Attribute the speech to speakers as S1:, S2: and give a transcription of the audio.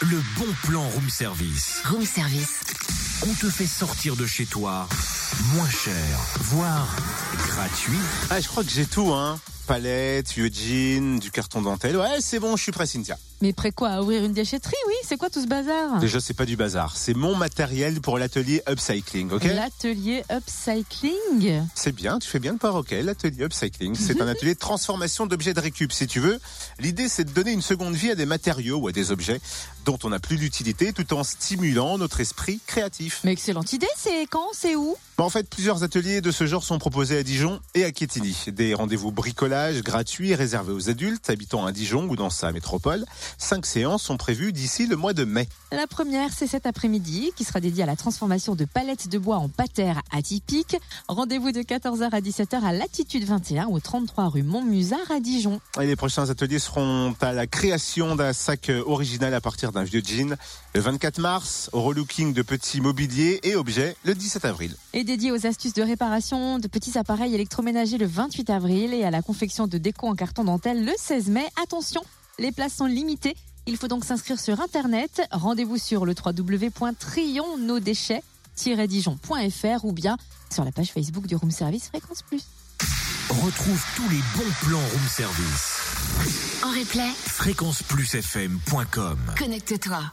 S1: Le bon plan room service.
S2: Room service.
S1: On te fait sortir de chez toi moins cher, voire gratuit.
S3: Ah, je crois que j'ai tout, hein. Palette, vieux jean, du carton dentelle. Ouais, c'est bon, je suis prêt, Cynthia.
S4: Mais près quoi à Ouvrir une déchetterie, oui C'est quoi tout ce bazar
S3: Déjà, c'est pas du bazar. C'est mon matériel pour l'atelier upcycling,
S2: hein.
S3: ok
S4: L'atelier upcycling
S3: C'est bien, tu fais bien de pas ok. L'atelier upcycling, c'est un atelier de transformation d'objets de récup, si tu veux. L'idée, c'est de donner une seconde vie à des matériaux ou à des objets dont on n'a plus d'utilité tout en stimulant notre esprit créatif.
S4: Mais excellente idée, c'est quand C'est où
S3: Bah, en fait, plusieurs ateliers de ce genre sont proposés à Dijon et à Quétigny. Des rendez-vous bricolage gratuits réservés aux adultes habitant à Dijon ou dans sa métropole. Cinq séances sont prévues d'ici le mois de mai.
S4: La première, c'est cet après-midi, qui sera dédiée à la transformation de palettes de bois en patères atypiques. Rendez-vous de 14h à 17h à Latitude 21, au 33 rue Montmusard à Dijon.
S3: Et les prochains ateliers seront à la création d'un sac euh, original à partir d'un vieux jean le 24 mars, au relooking de petits mobiliers et objets le 17 avril.
S4: Et dédié aux astuces de réparation de petits appareils électroménagers le 28 avril et à la confection de déco en carton dentelle le 16 mai. Attention, les places sont limitées. Il faut donc s'inscrire sur Internet. Rendez-vous sur le www.trionnodéchets-dijon.fr ou bien sur la page Facebook du Room Service Fréquence Plus.
S1: Retrouve tous les bons plans room service.
S2: En replay,
S1: fréquenceplusfm.com
S2: connecte-toi.